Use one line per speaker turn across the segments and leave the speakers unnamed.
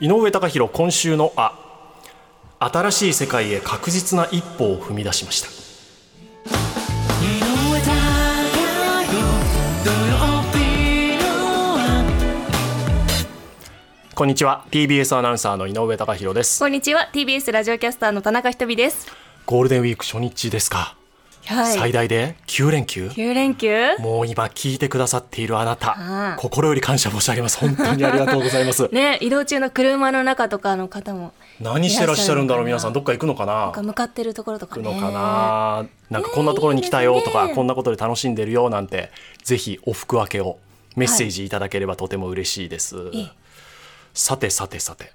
井上貴博今週の「あ」新しい世界へ確実な一歩を踏み出しました
井上貴博土曜日の
こんにちは TBS アナウンサーの井上貴博です
こんにちは TBS ラジオキャスターの田中ひとみです
ゴールデンウィーク初日ですか、
は
最
い
大で9連休
9連休
もう今聞いてくださっているあなた
うん
心より感謝申し上げます本当にありがとうございます
ね移動中の車の中とかの方も
何してらっしゃるんだろう
いら
皆
っし
さ
ゃ
ん
る
どっか行くのかな
なんか向かってるところとか
行く
ね
のかななんかこんなところに来たよとか
ねえ
こんなことで楽しんでるよなんてぜひお服分けをメッセージいただければとても嬉しいです、
え
さてさてさて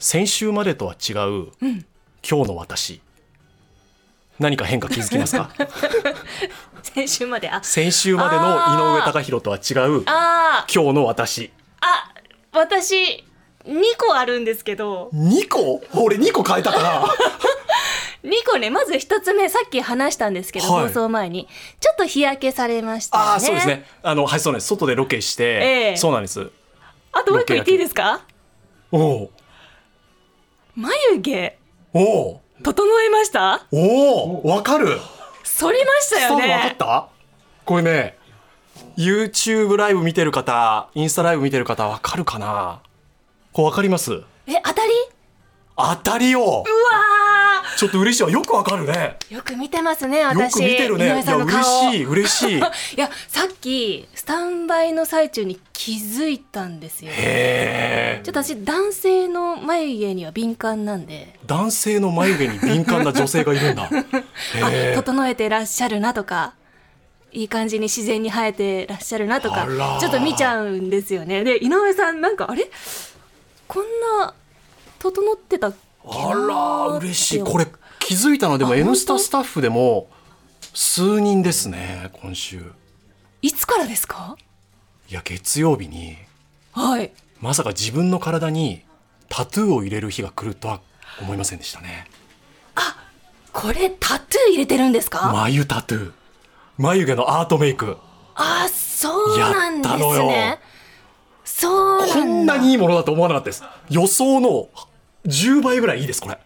先週までとは違う、今日の私何か変化気づきます か
先週まであ
先週までの井上貴博とは違う今
あー
日の私
あ私2個あるんですけど
2個俺2個変えたかな
2個ねまず1つ目さっき話したんですけど、
はい
放送前にちょっと日焼けされましたよね
ああそうですねあのはいそうなんです外でロケして、
ええ
そうなんです
あともう一個言っていいですか
おお
眉毛
おお
整えました
おおわかる
剃りました
スタ
よ
ンドわかっ
ね
たこれね YouTube ライブ見てる方インスタライブ見てる方わかるかなこれわかります
え当たり
当たりよ
うわ
ちょっと嬉しいわよくわかるね
ーよく見てますね
よ
私
く見てるねい
井
や
上さんの顔
嬉しい嬉し いへ
いやさっきスタンバイの最中に気づいたんですよちょ
え
っと私男性の眉毛には敏感なんで、
男性の眉毛に敏感な女性がいるんだへえ
あ整えてらっしゃるなとかいい感じに自然に生えてらっしゃるなと
あ
から
ー
ちょっと見ちゃうんですよねで井上さんなんかあれこんな整ってたっけな
あら嬉しい
って
これ気づいたのでも「
あ
N スタ」
本当
スタッフでも数人ですね今週
いつからですか
いや月曜日に
はい
まさか自分の体にタトゥーを入れる日が来るとは思いませんでしたね
これタトゥー入れてるんですか、
眉タトゥー眉毛のアートメイク
あーそうなんです
やったのよ
ねそうなんだ
こんなにいいものだと思わなかったです予想の10倍ぐらいいいですこれ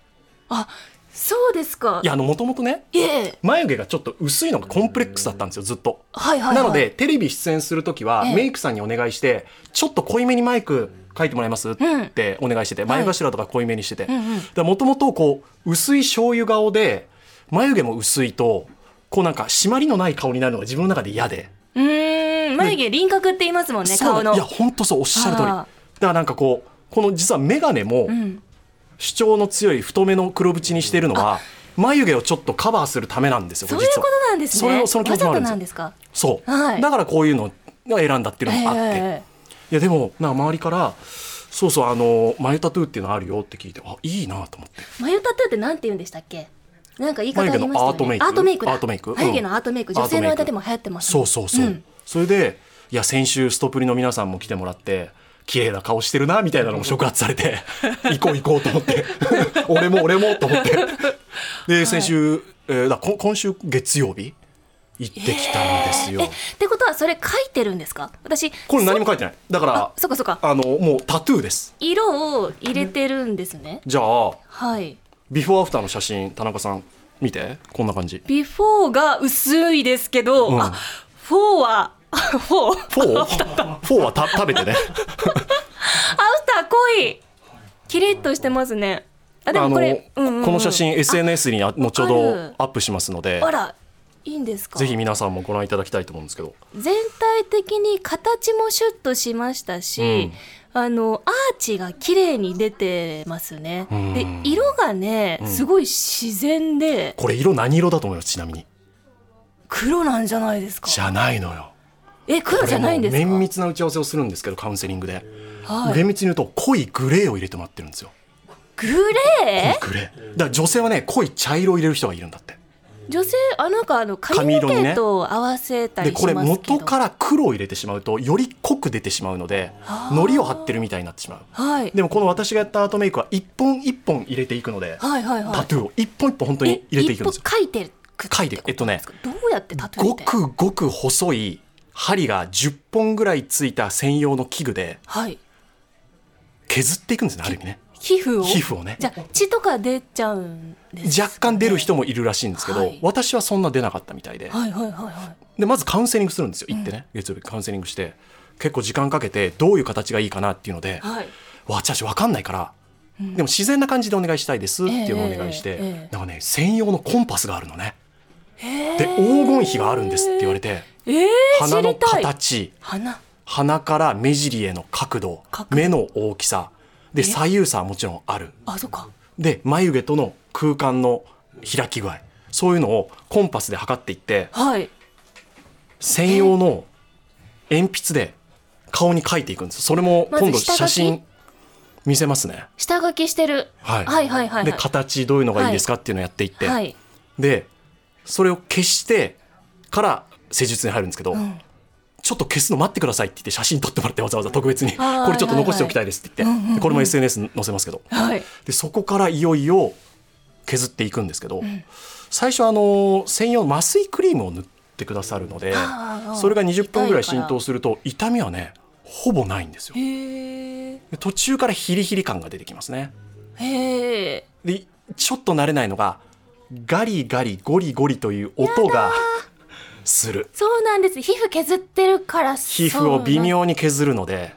あそうですか
いやあのもともとね
いえ
眉毛がちょっと薄いのがコンプレックスだったんですよずっと
はいはい、はい、
なのでテレビ出演するときは
ええ
メイクさんにお願いしてちょっと濃いめにマイク書いてもらえますってお願いしてて眉頭とか濃いめにしてて
んうん
もともとこう薄い醤油顔で眉毛も薄いとこうなんか締まりのない顔になるのが自分の中で嫌で
うーん眉毛輪郭って言いますもんね
そう
顔
な
の
いや本当そうおっしゃる通りだ
あー
からなんかこうこの実は眼鏡も
うん
主張の強い太めの黒縁にしているのは眉毛をちょっとカバーするためなんですよ
そ
こ
う
れ
いう
実
こ
は
となんですね
それをその気持ちもあるん
わざと
です
な
よ
んですか
そう、
はい
だからこういうのを選んだっていうのもあって、
え
いやでもなんか周りから「そうそうあの眉タトゥーっていうのあるよ」って聞いてあいいなと思って
ー眉タトゥーってなんて言うんでしたっけなんか言い方あ
眉毛
り
の
ましたよね
アートメイク
アートメイクだ
アートメイクうん
眉毛のアートメイク女性の間でも流行ってます
そ
も
うんそうそう、
ん
それでいや先週ストプリの皆さんも来てもらって綺麗な顔してるなみたいなのも触発され て行こう行こうと思って俺も俺もと思ってで先週、えーだこ今週月曜日行ってきたんですよ、
えってことはそれ書いてるんですか私
これ何も書いてないだか
あ
ら
そっかそっか
あのもうタトゥーです
色を入れてるんですね、
じゃあ
はい
ビフォーアフターの写真田中さん見てこんな感じ
ビフォーが薄いですけど、
うん
あフォーはフォー
フォーフォーはた食べてね。
アウター濃いキリッとしてますねあでもこれ、
あの
うんうんうん
この写真 SNS にあ後ほ
あ
ど
る
アップしますので
あ、らいいんですか
ぜひ皆さんもご覧いただきたいと思うんですけど。
全体的に形もシュッとしましたし、あのアーチが綺麗に出てますね、
ん
で色がねすごい自然で
これ色何色だと思いますちなみに。
黒なんじゃないですか
じゃないのよ。
え黒
こ
じ
れ
ゃないん
も
ですか
綿密な打ち合わせをするんですけどカウンセリングで、
はい、
厳密に言うと濃いグレーを入れてもらってるんですよ。
グレー
グレー。だから女性はね濃い茶色を入れる人がいるんだって。
女性あなんかあの髪の
髪色にね
毛と合わせたり
で
します
これ
けど、
元から黒を入れてしまうとより濃く出てしまうので糊を張ってるみたいになってしまう。
はい、
でもこの私がやったアートメイクは一本一本入れていくので。
はいはいはい
タトゥーを一本一本本当に入れていくんですよ
え一歩書いてる
書いてるえっとね
どうやってタトゥー
ご
って
くごく細い針が10本ぐらいついた専用の器具で
はい
削っていくんですねある意味ね
皮膚を
皮膚をね
じゃあ血とか出ちゃうんです
若干出る人もいるらしいんですけど、
はい
私はそんな出なかったみたいで
はいはいはいはい
でまずカウンセリングするんですよ行ってね、月曜日カウンセリングして結構時間かけてどういう形がいいかなっていうので、
はい
わちゃし分かんないから、でも自然な感じでお願いしたいですっていうのをお願いして、
ええええええ
なんかね専用のコンパスがあるのね
へー
で黄金比があるんですって言われて
えー、
鼻の
知りたい
形
鼻
鼻から目尻への角度
角度
目の大きさで左右差はもちろんある
あそっか
で眉毛との空間の開き具合そういうのをコンパスで測っていって
はい
専用の鉛筆で顔に描いていくんですそれも今
ま
度
ず下書き
写真見せますね、
下書きしてる、
はい
はいはいはいはい
で形どういうのがいいですかっていうのをやっていって、
はい
でそれを消してから施術に入るんですけど、
ん
ちょっと消すの待ってくださいって言って写真撮ってもらってわざわざ特別に
あー
これちょっと残しておきたいですって言
はいはいはい
ってでこれも SNS 載せますけど
はい
でそこからいよいよ削っていくんですけど、最初はあの専用の麻酔クリームを塗ってくださるので
あー
それが20分ぐらい
痛いから
浸透すると痛みはねほぼないんですよ
へえ
で途中からヒリヒリ感が出てきますね
へえ
でちょっと慣れないのがガリガリゴリゴリという音がする
そうなんです皮膚削ってるから
皮膚を微妙に削るので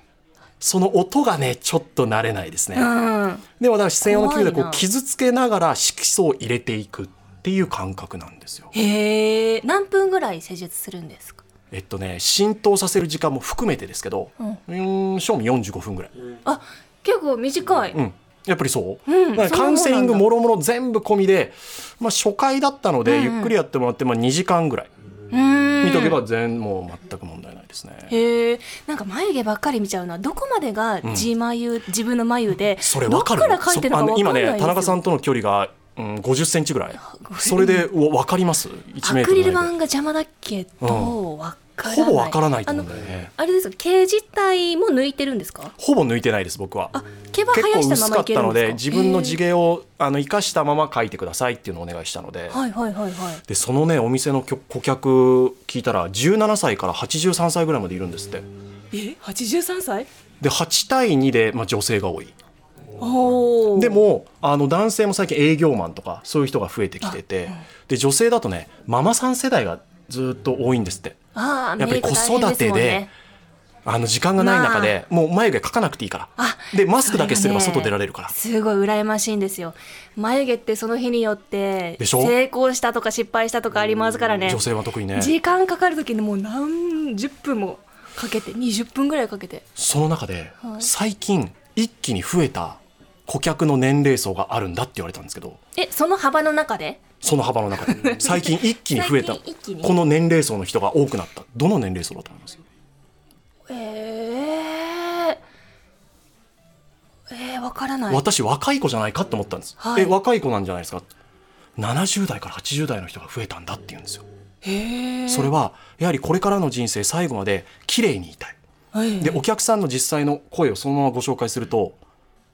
その音がねちょっと慣れないですね、
そうなんうん
でもだから専用の器具でこ
怖いうな
傷つけながら色素を入れていくっていう感覚なんですよ
へえ何分ぐらい施術するんですか
えっとね浸透させる時間も含めてですけど
ん
うーん賞味45分ぐらい
あ結構短い、
うんやっぱりそう、
うん
だからカウンセリング
そうなんだ
もろもろ全部込みで、まあ、初回だったので、
うんうん
ゆっくりやってもらって、まあ、2時間ぐらい
うん
見とけば全、もう全く問題ないですね
へえんか眉毛ばっかり見ちゃうのはどこまでが自眉、自分の眉で
それ分かる
どっから描いてるのか
そあ
分か
今
んないんですよ
ね田中さんとの距離が、うん、50センチぐらいそれでわ分かります1メー
ア
ト
ク
ル
リ
ぐ
ル
ら
板
い
が
で
邪魔だけど、
う
わからない
ほぼ分からないと思うんだよ
あの
ね
あれですか毛自体も抜いてるんですか
ほぼ抜いてないです僕は
あ毛は生
結
やし
構
たま
薄
ま
かっ
いける
た
ん
の
ですか
で自分の地
へ
毛をあの生かしたまま書いてくださいっていうのをお願いしたので
えはいはいはいはい
でそのねお店のきょ顧客聞いたら17歳から83歳ぐらいまでいるんですって
え八十三歳
で8対2で、まあ、女性が多い
おお
でもあの男性も最近営業マンとかそういう人が増えてきてて、で女性だとねママさん世代がずっと多いんですって
ああ
やっぱり子育てであの時間がない中で、もう眉毛描かなくていいから
あ
でマスクだけすれば
そが
外
ね
出られるから、
すごい羨ましいんですよ眉毛ってその日によって
でしょ
成功したとか失敗したとかありますからね
女性は特にね
時間かかる時にもう何十分もかけて20分ぐらいかけて
その中で、
はい
最近一気に増えた顧客の年齢層があるんだって言われたんですけど
えその幅の中で
その幅の中 で最近一気に増えた
最近一気に
この年齢層の人が多くなったどの年齢層だと思います
えー、えー、わからない
私若い子じゃないかって思ったんです、
はい
え若い子なんじゃないですか70代から80代の人が増えたんだって言うんですよ
へー
それはやはりこれからの人生最後まで綺麗にいたい
はい
でお客さんの実際の声をそのままご紹介すると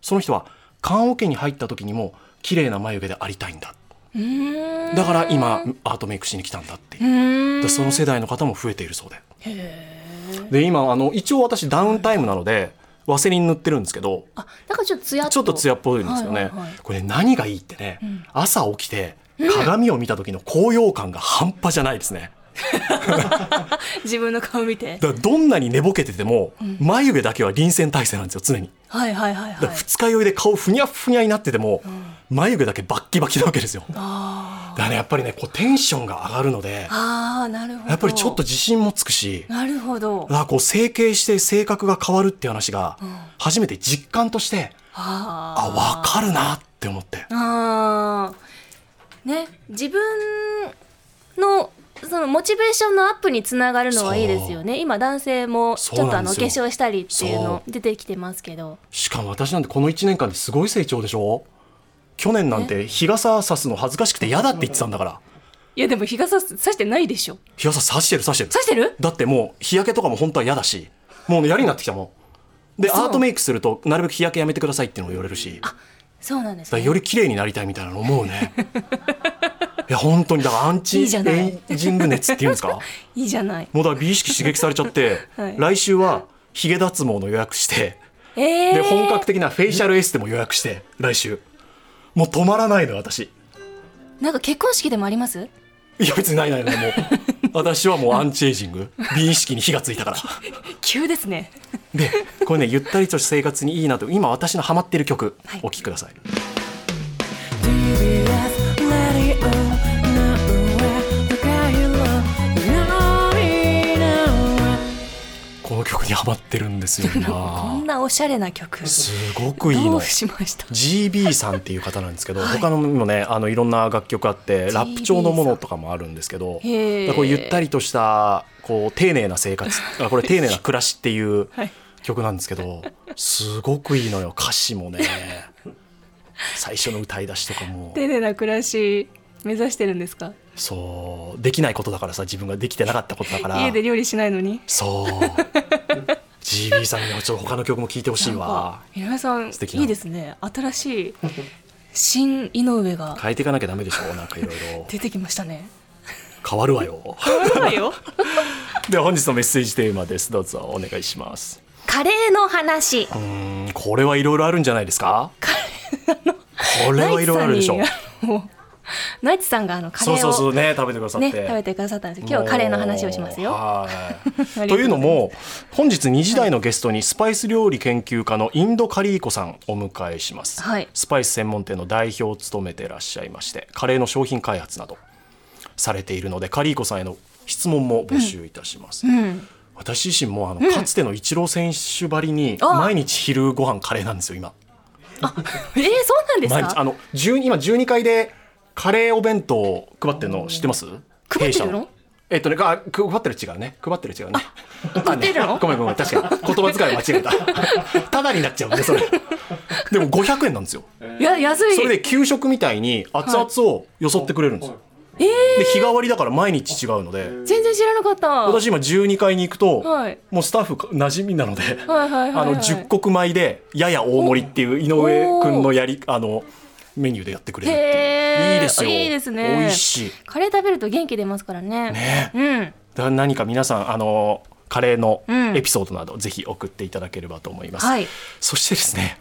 その人は棺桶に入った時にも綺麗な眉毛でありたいんだ
うーん
だから今アートメイクしに来たんだっていう
うーん
でその世代の方も増えているそうで
へー
で今あの一応私ダウンタイムなのでワセリン塗ってるんですけど
あなんかちょっとツヤ
ちょっと艶っぽいんですよね、
はいはいはい
これ何がいいってね、朝起きて鏡を見た時の高揚感が半端じゃないですね
自分の顔見て
だからどんなに寝ぼけてても眉毛だけは臨戦態勢なんですよ常に
はいはいはい
だか
は
ら
い
二日酔いで顔ふにゃふにゃになってても、眉毛だけバッキバキなわけですよだか
あ
らねやっぱりねこうテンションが上がるので
ーあーなるほど
やっぱりちょっと自信もつくし
なるほど
だからこう整形して性格が変わるっていう話が初めて実感として
あ
あ分かるなって思って
あーね自分のそのモチベーションのアップにつながるのはいいですよね今男性もちょっとあの
そうな
お化
んですよ
粧したりっていうの
そ
出てきてますけど
しかも私なんてこの1年間ですごい成長でしょ去年なんて日傘さすの恥ずかしくて嫌だって言ってたんだから
いやでも日傘さしてないでしょ
日傘さしてるさしてる
さしてる
だってもう日焼けとかも本当は嫌だしもうねやりになってきたもんで
そう
アートメイクするとなるべく日焼けやめてくださいっていうのも言われるしだか
そうなんです
ら
ね
より綺麗になりたいみたいなの思う ねいや本当にだからアンチ
いいじゃない
エイジング熱っていうんですか
いいじゃない
もうだから美意識刺激されちゃって、
はい
来週はヒゲ脱毛の予約して
えー、
で本格的なフェイシャルエステも予約して来週もう止まらないのよ私
なんか結婚式でもあります
いや別にないないないも う私はもうアンチエイジング美意識に火がついたから
急ですね
でこれねゆったりとした生活にいいなと今私のハマってる曲
はい
お聴きください、
TBS ラディオなんとかいろ涙は
この曲にハマってるんですよ
こ
今
んなおしゃれな曲
すごくいい
ど
の
うしました
GB さんっていう方なんですけど、
はい
他のにもねあのいろんな楽曲あって
GB
ラップ調のものとかもあるんですけど
へー
だからこうゆったりとしたこう丁寧な生 活あこれ丁寧な暮らしっていう
はい
曲なんですけどすごくいいのよ歌詞も ね最初の歌い出しとかも
丁寧な暮らし目指してるんですか
そうできないことだからさ自分ができてなかったことだから
家で料理しないのに
そう GB さんにはちょっと他の曲も聴いてほしいわ
井上さんい
素敵ない
ですね新しい新井上が
変えていかなきゃダメでしょなんかいろいろ
出てきましたね
変わるわよ
そうだよ
では本日のメッセージテーマですどうぞお願いします
カレーの話
うーんこれはいろいろあるんじゃないですかこれはいろいろあるでしょ
ナイツさんにあのナイツさんがあのカレー
そ
を
うそうそうね食べてくださって
ね、食べてくださったんですけど今日はカレーの話をしますよ。
はい
ありがとうございます
というのも本日2時台のゲストにスパイス料理研究家のインドカリーコさんをお迎えします、
はい
スパイス専門店の代表を務めてらっしゃいましてカレーの商品開発などされているのでカリーコさんへの質問も募集いたします、
うん、
私自身もあのかつてのイチロー選手ばりに
あ
毎日昼ご飯カレーなんですよ今
えー、そうなんです
毎日あ
か。
の10今12階でカレーお弁当を配ってるの知ってます
配ってるの
弊社えっとね、あく配ってる違うね配ってる違うね
配ってるの
あねごめんごめん確かに言葉遣い間違えた ただになっちゃうんでそれでも500円なんですよ
いや安い。
それで給食みたいに熱々をよそってくれるんですよ、
えー、
で日替わりだから毎日違うので
全然知らなかった。
私今12階に行くと、
はい
もうスタッフ馴染みなので、
はいはいはいは
あ
い
の10穀米でやや大盛りっていう井上くんのやりあのメニューでやってくれるっていう
へー
いいですよ
いいですね
美味しい
カレー食べると元気出ますからね。
ね
うん。
だ何か皆さんあのカレーの
うん
エピソードなど、ぜひ送っていただければと思います、
はい
そしてですね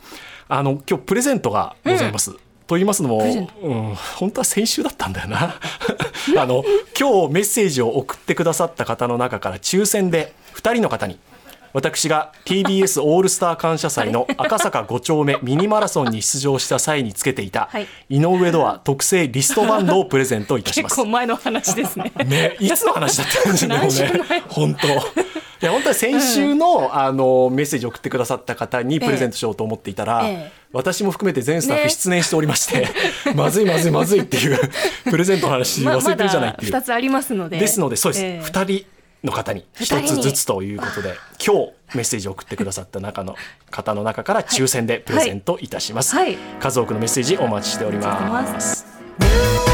あの今日プレゼントがございます、と言いますのも、
プレゼン
うん、本当は先週だったんだよな あの今日メッセージを送ってくださった方の中から抽選で2人の方に私が TBS オールスター感謝祭 の赤坂5丁目ミニマラソンに出場した際につけていた
はい
井上ドア特製リストバンドをプレゼントいたします
結構前の話です ね。
ね、いつの話だったんですよね、も
何週
うね、本当。いや本当は先週の,、あのメッセージ送ってくださった方にプレゼントしようと思っていたら、
ええ
私も含めて全スタッフ
ね
失念しておりまして、 まずいまずいまずいっていうプレゼントの話
ま
忘
ま
れてるじゃない
だ
っていう、
二つありますので。
ですのでそうです、
ええ
2人の方に
二人
1つ
に
ずつということで今日メッセージを送ってくださった中の方の中から抽選でプレゼントいたします、
はい
数多くのメッセージお待ちしており
お待ちして
ま
ます